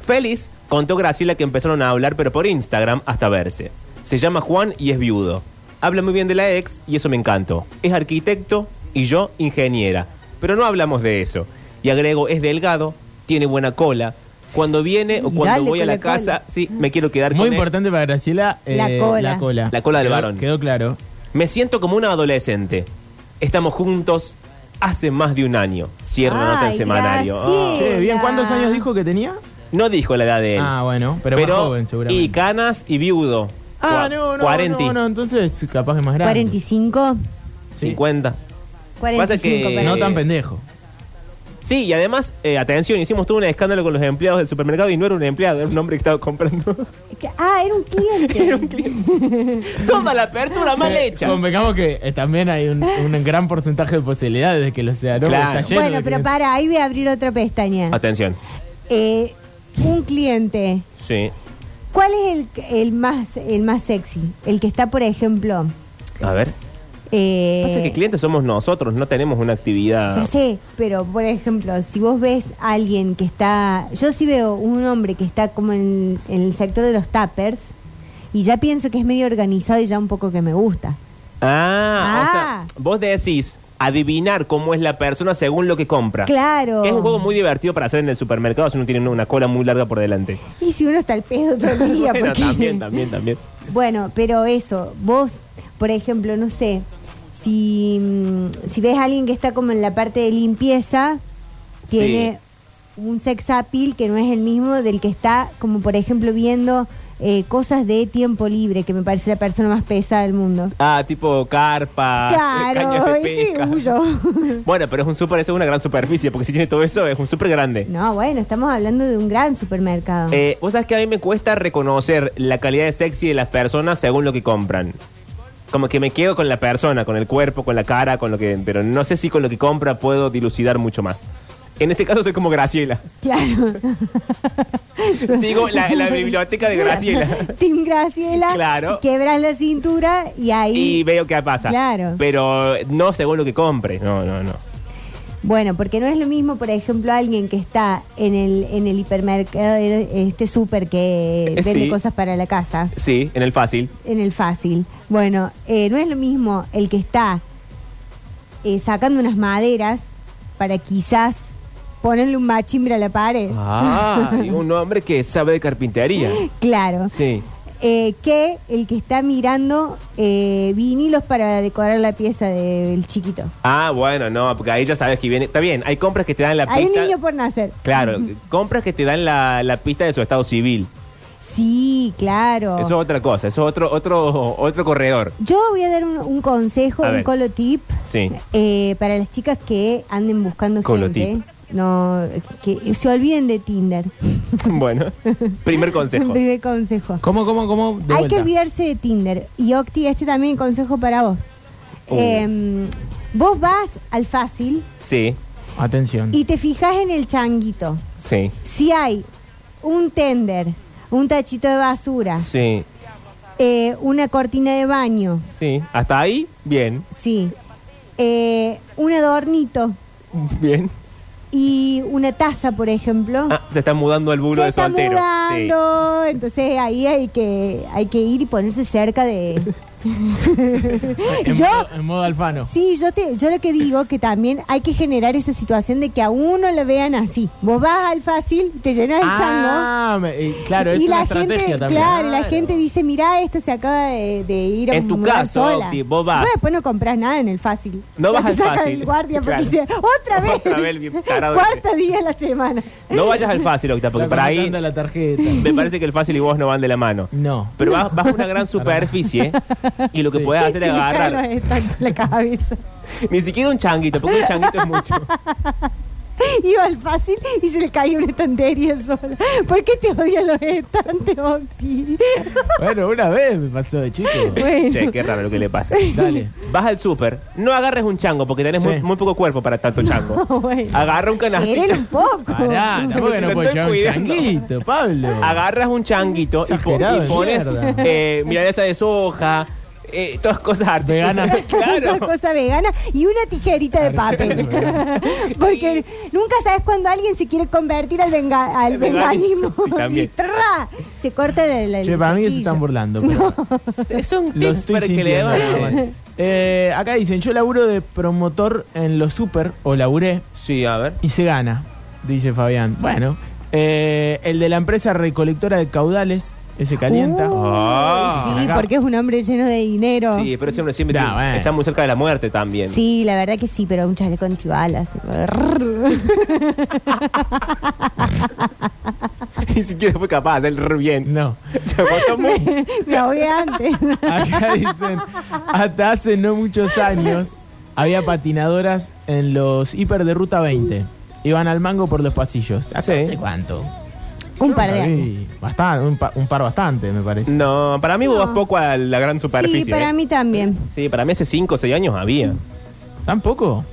Félix contó Graciela que empezaron a hablar, pero por Instagram hasta verse. Se llama Juan y es viudo. Habla muy bien de la ex y eso me encantó. Es arquitecto y yo ingeniera. Pero Pero no hablamos de eso. Y agrego, es delgado, tiene buena cola. Cuando viene o
Y
cuando
dale
voy a
con
la
la cola.
casa, sí, me quiero quedar
Muy
con él.
importante para Graciela eh,
La cola.
la cola.
La cola del
Quedó-
varón.
Quedó claro.
Me siento como una adolescente. Estamos juntos hace más de un año. Cierra la nota del
Ay,
semanario.
gracias.
Ah.
Che, bien, ¿cuántos años dijo que tenía?
No dijo la edad de él.
Ah, bueno, pero, más joven seguramente.
Y canas y viudo.
ah,
Cua-
no, no,
40,
no, no, entonces capaz que más grande.
45,
Sí.
50.
45.
que-
para-
No tan pendejo.
Sí, y además, eh, atención, hicimos todo un escándalo con los empleados del supermercado y no era un empleado, era un hombre que estaba comprando.
Que- Ah, era un cliente.
Toda la apertura mal hecha.
Convengamos que eh, también hay un, un gran porcentaje de posibilidades de que lo sea. ¿no?
Claro.
Está lleno
Bueno,
de
pero
clientes.
para, ahí voy a abrir otra pestaña.
Atención.
Eh, un cliente.
Sí.
¿Cuál es el, el más el más sexy? El que está, por ejemplo.
A ver.
eh,
Pasa que clientes somos nosotros, no tenemos una actividad.
Ya sé, pero por ejemplo, si vos ves a alguien que está. Yo sí veo un hombre que está como en, en el sector de los tappers y ya pienso que es medio organizado y ya un poco que me gusta.
Ah,
Ah.
o sea, vos decís adivinar cómo es la persona según lo que compra.
Claro.
Que es un juego muy divertido para hacer en el supermercado si uno tiene una cola muy larga por delante.
Y si uno está al pedo todo el día.
Bueno,
porque-
también, también, también.
Bueno, pero eso, vos, por ejemplo, no sé, si, mm, si ves a alguien que está como en la parte de limpieza,
Sí.
tiene un sex appeal que no es el mismo del que está, como por ejemplo, viendo eh, cosas de tiempo libre, que me parece la persona más pesada del mundo.
Ah, tipo carpas, cañas
claro,
Ah, de
y sí,
pesca.
huyo.
Bueno, pero es un super, eso es una gran superficie, porque si tiene todo eso es un súper grande.
no, bueno, estamos hablando de un gran supermercado.
Eh, Vos sabés que a mí me cuesta reconocer la calidad de sexy de las personas según lo que compran. Como que me quedo con la persona, con el cuerpo, con la cara, con lo que... Pero no sé si con lo que compra puedo dilucidar mucho más. En este caso soy como Graciela.
Claro.
Sigo la, la biblioteca de Graciela.
Team Graciela,
Claro.
quebras la cintura y ahí...
Y veo qué pasa.
Claro.
Pero no según lo que compre. No, no, no.
Bueno, porque no es lo mismo, por ejemplo, alguien que está en el, en el hipermercado, en este súper que
Eh,
vende
sí.
cosas para la casa,
Sí, en el fácil.
en el fácil. Bueno, eh, no es lo mismo el que está eh, sacando unas maderas para quizás ponerle un machimbre a la pared.
Ah, y un hombre que sabe de carpintería.
Claro.
Sí.
Eh, que el que está mirando eh, vinilos para decorar la pieza del chiquito.
Ah, bueno, no, porque ahí ya sabes que viene. Está bien, hay compras que te dan la
Hay un
pista.
niño por nacer.
Claro, compras que te dan la, la pista de su estado civil.
Sí, claro.
Eso es otra cosa, eso es otro, otro, otro corredor.
Yo voy a dar un, un consejo,
A
un
ver.
colo tip
Sí.
eh, para las chicas que anden buscando
Colo
gente. No, que se olviden de Tinder.
bueno, primer consejo.
Primer consejo.
¿Cómo, cómo, cómo? De
Hay
vuelta.
que olvidarse de Tinder. Y Octi, este también consejo para vos.
Uy.
Eh, vos vas al fácil
Sí,
Atención.
y te fijas en el changuito.
sí,
Si hay un tender, un tachito de basura,
sí,
eh, una cortina de baño,
sí. Hasta ahí, bien,
sí, eh, un adornito.
bien.
y una taza, por ejemplo.
Ah, se está mudando al
se
buro de
está
soltero.
mudando, entonces ahí hay que hay que ir y ponerse cerca de
en,
yo-
modo, en modo alfano.
Sí, yo te yo lo que digo que también hay que generar esa situación de que a uno le vean así. Vos vas al fácil, te llenas el chango
Ah, me- eh, claro, es
y
una
la
estrategia
gente,
también.
claro, la gente dice, "Mirá, esta se acaba de, de ir a
En tu
mudar
caso,
sola".
Octi, vos vas.
después no compras nada en el fácil.
No
Ya
vas
te
al
sacan
fácil.
el guardia porque
Claro.
dice, "Otra vez."
Otra vez el bien tarado este.
Cuarta día a la semana.
No vayas al fácil, Octa, porque
Está
por ahí
cortando la tarjeta.
me parece que el fácil y vos no van de la mano.
No.
Pero vas, vas a una gran superficie y lo que
Sí.
podés hacer es
Sí,
agarrar.
claro, está en la cabeza.
Ni siquiera un changuito, porque un changuito es mucho.
Iba al fácil y se le caía una estantería sola. ¿Por qué te odian los estantes, Octi?
Bueno, una vez me pasó de chico.
Bueno.
Che, qué raro lo que le pasa.
Dale.
Vas al súper, no agarres un chango porque tenés
Sí.
muy, muy poco cuerpo para tanto chango.
bueno.
Agarra un
Querelo un
canastito.
poco.
Pará, tampoco que
Si
no
lo
puede
estoy
llevar un
cuidando.
changuito, Pablo.
Agarras un changuito y, po-
Exagerado
y
de
pones
mierda.
eh, milanesa de soja, eh, todas cosas artísticas.
Vegana.
Otra
claro.
cosa vegana y una tijerita de papel. Porque nunca sabes cuando alguien se quiere convertir al, venga- al
El veganismo,
veganismo.
sí, también.
¡Tra! Se corta el. el
Che, para mí que se
costillo.
están burlando. pero bueno.
Son
Lo
tips
estoy
para que le
sintiendo,
van.
nada más. Eh, acá dicen, yo laburo de promotor en los super, o laburé,
Sí, a ver.
y se gana, dice Fabián. Bueno, eh, el de la empresa recolectora de caudales, ese calienta.
Uh,
Ah,
sí,
acá.
porque es un hombre lleno de dinero.
Sí,
Sí,
pero ese hombre siempre
Ya,
tiene-
bueno.
está muy cerca de la muerte también.
la verdad que sí, pero un chaleco antibalas.
Ni siquiera fue capaz, él re bien.
No.
Se agotó muy.
Me ahogué antes.
Acá dicen, hasta hace no muchos años había patinadoras en los hiper de Ruta 20. Iban al mango por los pasillos. ¿Hace
Sí.
hace cuánto?
un
Yo
par de
la
años.
vi. Bastan- un, pa- un par bastante, me parece.
No, para mí vos vas poco a la gran superficie.
Sí, para
¿eh?
mí también.
Sí, para mí hace 5 o 6 años había.
¿Tampoco?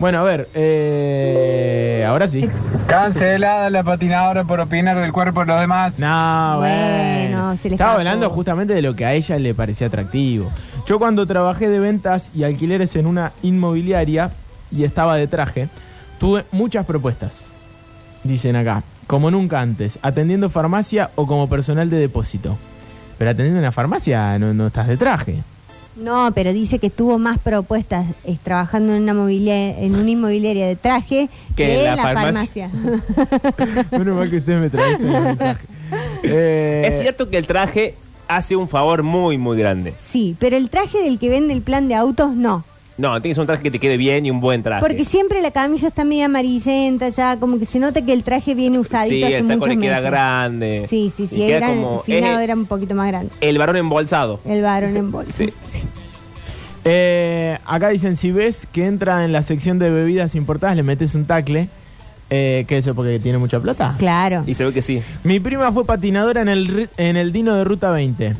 Bueno, a ver, eh, ahora sí.
Cancelada la patinadora por opinar del cuerpo de los demás.
No, bueno.
Bueno, se
Estaba
le escapó.
hablando justamente de lo que a ella le parecía atractivo. Yo cuando trabajé de ventas y alquileres en una inmobiliaria y estaba de traje, tuve muchas propuestas. Dicen acá, como nunca antes, atendiendo farmacia o como personal de depósito. Pero atendiendo una farmacia no, no estás de traje.
No, pero dice que tuvo más propuestas es, trabajando en una, mobilia- en una inmobiliaria de traje
Que
que,
en la
en la,
farmacia.
farmacia.
Menos mal que ustedes me traen ese mensaje. Eh,
es cierto que el traje hace un favor muy, muy grande.
sí, pero el traje del que vende el plan de autos, no.
No, tienes un traje que te quede bien y un buen traje.
Porque siempre la camisa está media amarillenta, ya como que se nota que el traje viene usadito
Sí,
hace
el saco
muchos
le queda
meses.
grande.
Sí, sí, sí,
Y queda
era,
como-
finado
es
era un poquito más grande.
el varón embolsado.
El varón en bolsa.
Sí.
Eh, acá dicen, si ves que entra en la sección de bebidas importadas, le metes un tacle. Eh, ¿Qué es eso? Porque tiene mucha plata.
Claro.
Y se ve que sí.
Mi prima fue patinadora en el, ri- en el Dino de Ruta 20.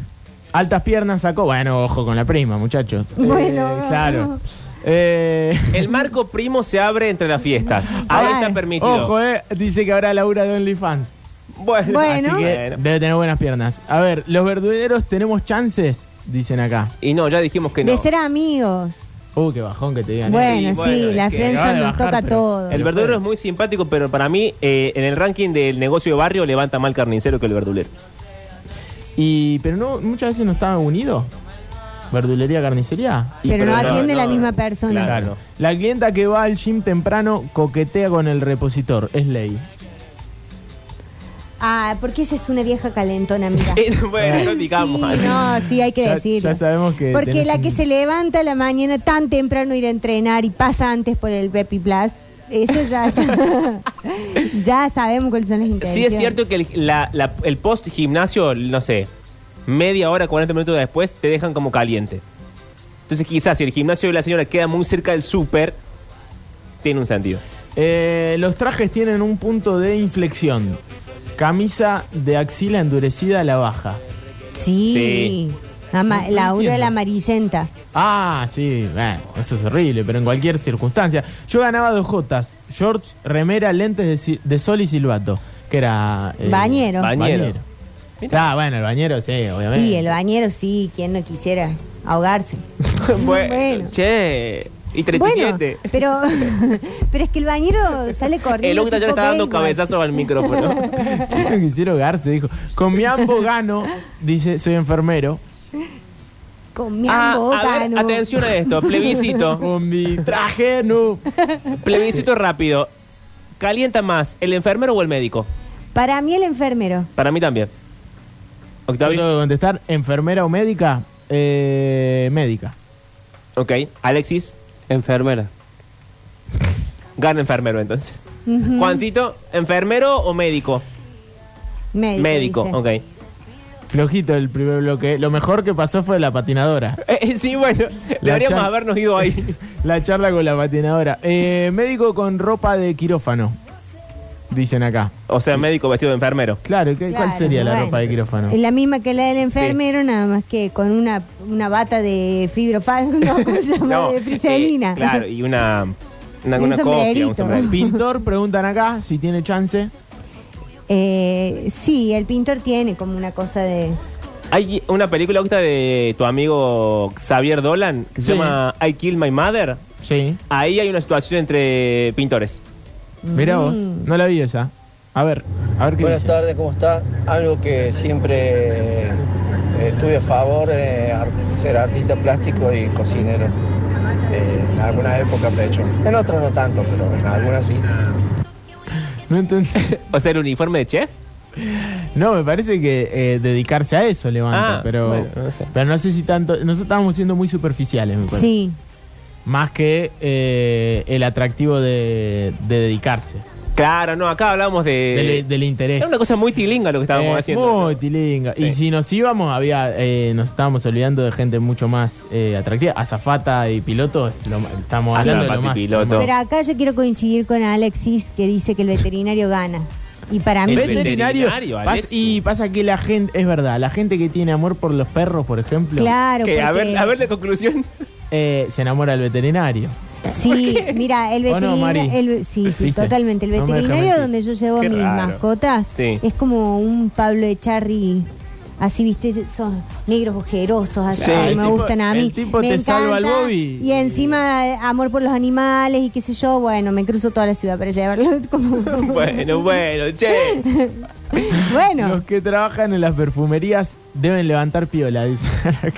Altas piernas sacó. Bueno, ojo con la prima, muchachos. Eh,
Bueno.
claro. Eh,
El marco primo se abre entre las fiestas. Ahí
Claro.
está permitido.
ojo, eh, dice que habrá Laura de OnlyFans. Eh,
Bueno,
Bueno.
así que-
Debe tener buenas piernas. A ver, los verdureros tenemos chances, dicen acá.
Y no, ya dijimos que no.
De ser amigos.
Uh, qué bajón que te digan. eso.
Bueno,
Sí,
sí,
bueno, es
la
que acaba
prensa
de
nos
bajar,
toca
pero-
todo.
El verdulero es muy simpático, pero para mí, eh, en el ranking del negocio de barrio, levanta más el carnicero que el verdulero.
Y, pero no, muchas veces no estaban unidos. Verdulería, carnicería.
Y-
Pero no atiende la
no,
misma
no.
persona.
Claro.
La clienta que va al gym temprano coquetea con el repositor, es ley.
Ah, porque esa es una vieja calentona, amiga.
Eh, bueno, no digamos.
Sí, no, sí, hay que
Ya-
decirlo.
ya sabemos que
Porque
tenés
la
un-
que se levanta a la mañana tan temprano a ir a entrenar y pasa antes por el Pepi Plus, eso ya está- ya sabemos cuáles son las intenciones.
Sí es cierto que el, la- la- el post gimnasio, no sé, media hora, 40 minutos después, te dejan como caliente. Entonces quizás si el gimnasio de la señora queda muy cerca del súper, tiene un sentido.
Eh, los trajes tienen un punto de inflexión. Camisa de axila endurecida a la baja.
Sí.
Sí.
No,
Ama-
no
la aurora
entiendo.
amarillenta.
Ah, sí, bueno, eso es horrible, pero en cualquier circunstancia. Yo ganaba dos jotas, shorts, remera, lentes de, si- de sol y silbato, que era... eh,
Bañero.
Bañero.
Ah, bueno, el bañero, sí, obviamente.
Y el bañero, sí, quien no quisiera ahogarse. Bueno.
Che, y 37.
Bueno, pero, pero es que el bañero sale corriendo.
el Octa ya le
tipo
está dando
Baywatch.
cabezazo al micrófono.
No quisiera ahogarse, dijo. Con mi ambos gano, dice, soy enfermero.
Con mi
Ah,
boca,
a ver,
no.
atención a esto, plebiscito.
Con mi traje, no.
plebiscito rápido. ¿Calienta más el enfermero o el médico?
Para mí el enfermero.
Para mí también.
Yo
Octavio.
tengo que contestar, enfermera o médica, eh, médica.
Ok. Alexis.
Enfermera.
Gana enfermero entonces.
Ujú.
Juancito, ¿enfermero o médico?
Médico.
médico,
dice.
ok. Eh,
Flojito el primer bloque. Lo mejor que pasó fue la patinadora.
eh, sí, bueno, deberíamos
chan-
habernos ido ahí.
La charla con la patinadora. Eh, médico con ropa de quirófano, dicen acá.
O sea, médico vestido de enfermero.
Claro, ¿qué- ¿cuál
Claro,
sería la
bueno.
ropa de quirófano?
Es la misma que la del enfermero, nada más que con una, una bata de fibrofácil, no, ¿cómo se llama? de
eh,
friselina.
claro, y una, una,
Un
una copia, un
sombrerito.
sombrero.
Pintor, preguntan acá si tiene chance.
Eh, sí, el pintor tiene como una cosa de...
Hay una película Octa, de tu amigo Xavier Dolan que
Sí.
se llama I Kill My Mother.
Sí.
Ahí hay una situación entre pintores.
Mira vos,
Mm.
no la vi esa. A ver, a ver qué
Buenas
dice.
tardes, ¿cómo está? Algo que siempre
eh, Estuve a favor de ar- ser artista plástico y cocinero. Eh, en alguna época, de hecho. En otras no tanto, pero en algunas sí.
No entendí.
O sea, el uniforme de chef.
No, me parece que eh, dedicarse a eso levanta,
Ah,
pero,
bueno, no sé.
pero no sé si tanto. Nosotros estábamos siendo muy superficiales, me parece.
Sí.
Más que eh, el atractivo de, de dedicarse,
Claro, no, acá hablábamos de.
del, del interés.
Eh, Era una cosa muy tilinga lo que estábamos
Eh,
haciendo.
Muy tilinga.
Sí.
Y si nos íbamos, había eh, nos estábamos olvidando de gente mucho más eh, atractiva. Azafata y pilotos, lo ma- estamos
Sí.
hablando de
Azafata
lo
y
más.
piloto.
lo más.
Pero acá yo quiero coincidir con Alexis que dice que el veterinario gana. Y para mí
El
sí.
veterinario.
Pas-
Alexis.
y pasa que la gente, es verdad, la gente que tiene amor por los perros, por ejemplo,
Claro,
Que, a,
porque-
ver, a ver la conclusión.
eh, se enamora del veterinario.
Sí, mira, el
¿O no,
veterinario,
Mari?
el- sí, sí,
¿Viste?
totalmente. El
No me deja
veterinario
mentir.
donde yo llevo
Qué
mis
raro.
mascotas
Sí.
es como un Pablo Echarri, así viste, son negros ojerosos, así
Sí,
que
el
me
tipo-
gustan a mí.
el tipo
me
te salva al
encanta,
Bobby.
Y encima eh, amor por los animales y qué sé yo, bueno, me cruzo toda la ciudad para llevarlo. como-
bueno, bueno, che.
bueno,
Los que trabajan en las perfumerías deben levantar piola, dicen acá.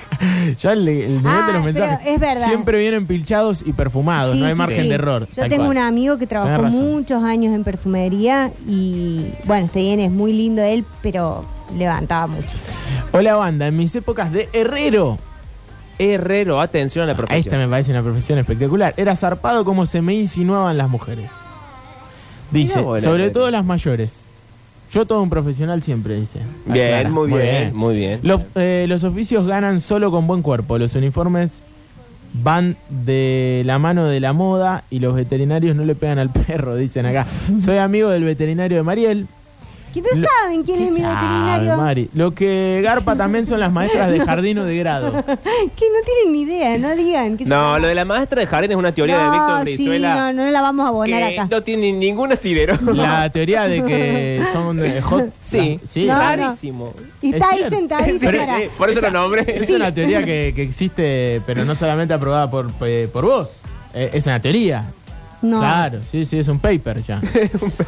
Ya el, el nivel
Ah,
de los mensajes.
pero es verdad.
Siempre vienen pilchados y perfumados,
sí,
no hay
sí,
margen
sí.
de error.
Yo
tal
tengo
cual.
un amigo que trabajó
Tenés razón.
muchos años en perfumería y bueno, estoy bien, es muy lindo él, pero levantaba muchísimo.
Hola banda, en mis épocas de herrero.
Herrero, atención a la
A Esta
profesión.
me parece una profesión espectacular. Era zarpado como se me insinuaban las mujeres. Dice,
Mirá vos, la
sobre
herrera.
todo las mayores. Yo todo un profesional siempre, dice. Aclara,
Bien, muy bien, muy bien.
Los, eh, los oficios ganan solo con buen cuerpo. Los uniformes van de la mano de la moda y los veterinarios no le pegan al perro, dicen acá. Soy amigo del veterinario de Mariel.
Que no
Lo-
saben quién
¿Qué
es mi
sabe,
veterinario.
Mari? Lo que garpa también son las maestras de jardín o de grado.
Que no tienen ni idea, no digan. que
No,
son-
lo de la maestra de jardín es una teoría de
No,
Víctor
sí,
Brizuela
no, no la vamos a abonar
que
acá.
no tiene ningún asidero.
La teoría de que son eh, hot.
Sí,
la- sí.
No,
rarísimo.
y
es
está ahí
cierto.
sentadita
Pero,
para.
eh, por eso lo nombré.
Es una teoría que, que existe, pero no solamente aprobada por, eh, por vos. Eh, es una teoría.
No.
Claro, sí, sí, es un paper ya.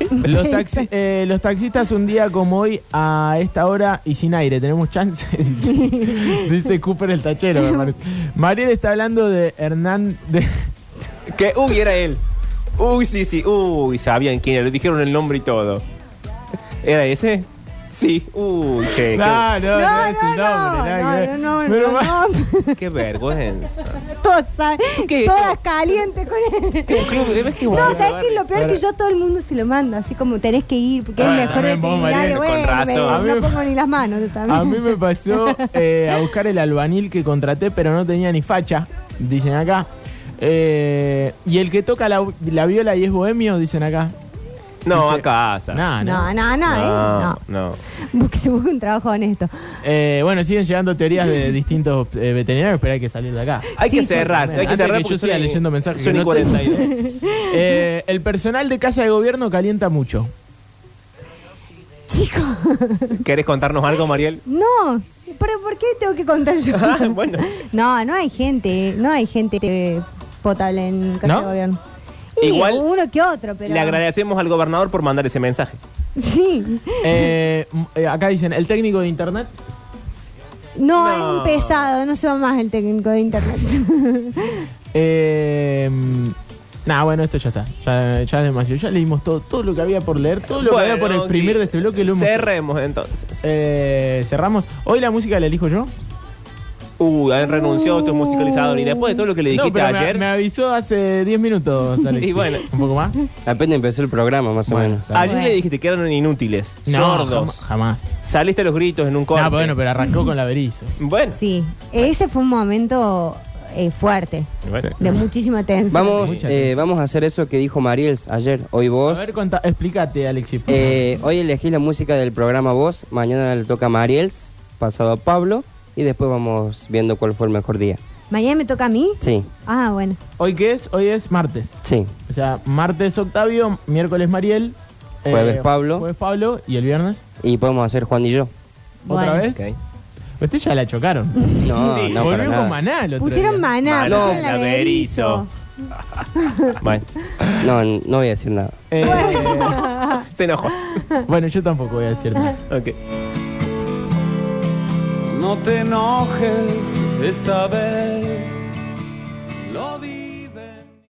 Los, taxi- eh, los taxistas un día como hoy, a esta hora y sin aire, ¿tenemos chance? dice, dice Cooper el tachero, me parece. Mariel está hablando de Hernán... De,
Que, uy, era él. Uy, sí, sí. Uy, sabían quién era. Le dijeron el nombre y todo. ¿Era ese? Sí. Uy, che.
no, no, no
No,
es el
no,
nombre,
no,
nada que
no,
ver.
no, no,
Menos
no,
mal.
Qué, qué vergüenza.
todas, sa-
¿Qué?
todas calientes con él.
Qué club, ¿ves que
No,
bueno,
¿sabes qué? Lo peor
Ahora-
que yo todo el mundo se lo mando, así como tenés que ir, porque
Bueno,
es mejor
también vos,
veterinario.
Mariel, con
bueno, me-
razón.
A mí me-
no pongo ni las manos yo también.
A mí me pasó eh, a buscar el albanil que contraté, pero no tenía ni facha, dicen acá. Eh, y el que toca la, la viola y es bohemio, dicen acá.
No,
Dice-
a casa.
Nah, no.
No, no, no,
No,
eh,
no.
no. Que se busque un trabajo honesto.
Eh, bueno, siguen llegando teorías de distintos eh, veterinarios, pero hay que salir de acá.
Hay que
Sí,
cerrar, hay que
Antes
cerrar
que
porque
yo siga
son-
leyendo mensajes que
son y
no
42.
Eh, el personal de casa de gobierno calienta mucho.
Chicos,
¿Querés contarnos algo, Mariel?
no. ¿Pero por qué tengo que contar yo?
Ah, bueno.
No, no hay gente, no hay gente eh, potable en casa
¿No?
de gobierno. Y
Igual-
uno que otro, pero
Le agradecemos al gobernador por mandar ese mensaje.
sí.
Eh, m- eh, acá dicen, el técnico de internet.
No,
No.
es un pesado, no se va más el técnico de internet.
Eh, nah, bueno, esto ya está. Ya, ya es demasiado. Ya leímos todo, todo lo que había por leer, todo lo que había por
Bueno,
exprimir de este bloque. Lo hemos-
Cerremos entonces.
Eh, cerramos. Hoy la música la elijo yo.
Uy, han renunciado tu musicalizador y después de todo lo que le dijiste
no, pero me-
ayer.
Me, avisó hace 10 minutos, Alexis.
Y bueno.
Un poco más.
Apenas empezó el programa, más
Bueno, está
Ayer
Bueno.
le dijiste que eran inútiles,
No, jam-
sordos.
jamás.
Saliste a los gritos en un corte.
Nah, Ah, bueno, pero arrancó con la berizo.
Bueno.
sí, ese fue un momento eh, fuerte,
Bueno.
de muchísima tensión.
Vamos,
Vamos,
Muchas eh, gracias.
vamos a hacer eso que dijo Mariels ayer, hoy
A
vos.
ver, contá- explícate, Alexis. por
Eh, hoy elegí la música del programa Voz, mañana le toca a Mariels, pasado a Pablo y después vamos viendo cuál fue el mejor día.
Mañana me toca a mí.
Sí,
Ah, bueno.
favor. ¿Hoy qué es? Hoy es martes.
sí.
O sea, martes Octavio, miércoles Mariel. eh,
Jueves Pablo.
Jueves Pablo y el viernes.
Y podemos hacer Juan y yo.
¿Otra
Bueno.
vez?
Ok.
Usted ya la chocaron.
No,
Sí,
no, para
Volvió con
nada.
Maná el otro
Pusieron
día.
maná,
Maná,
pusieron la
la
Berizo.
Bueno,
No, no voy a decir nada.
Eh,
se enojó.
bueno, yo tampoco voy a decir nada.
Ok.
No te enojes esta vez.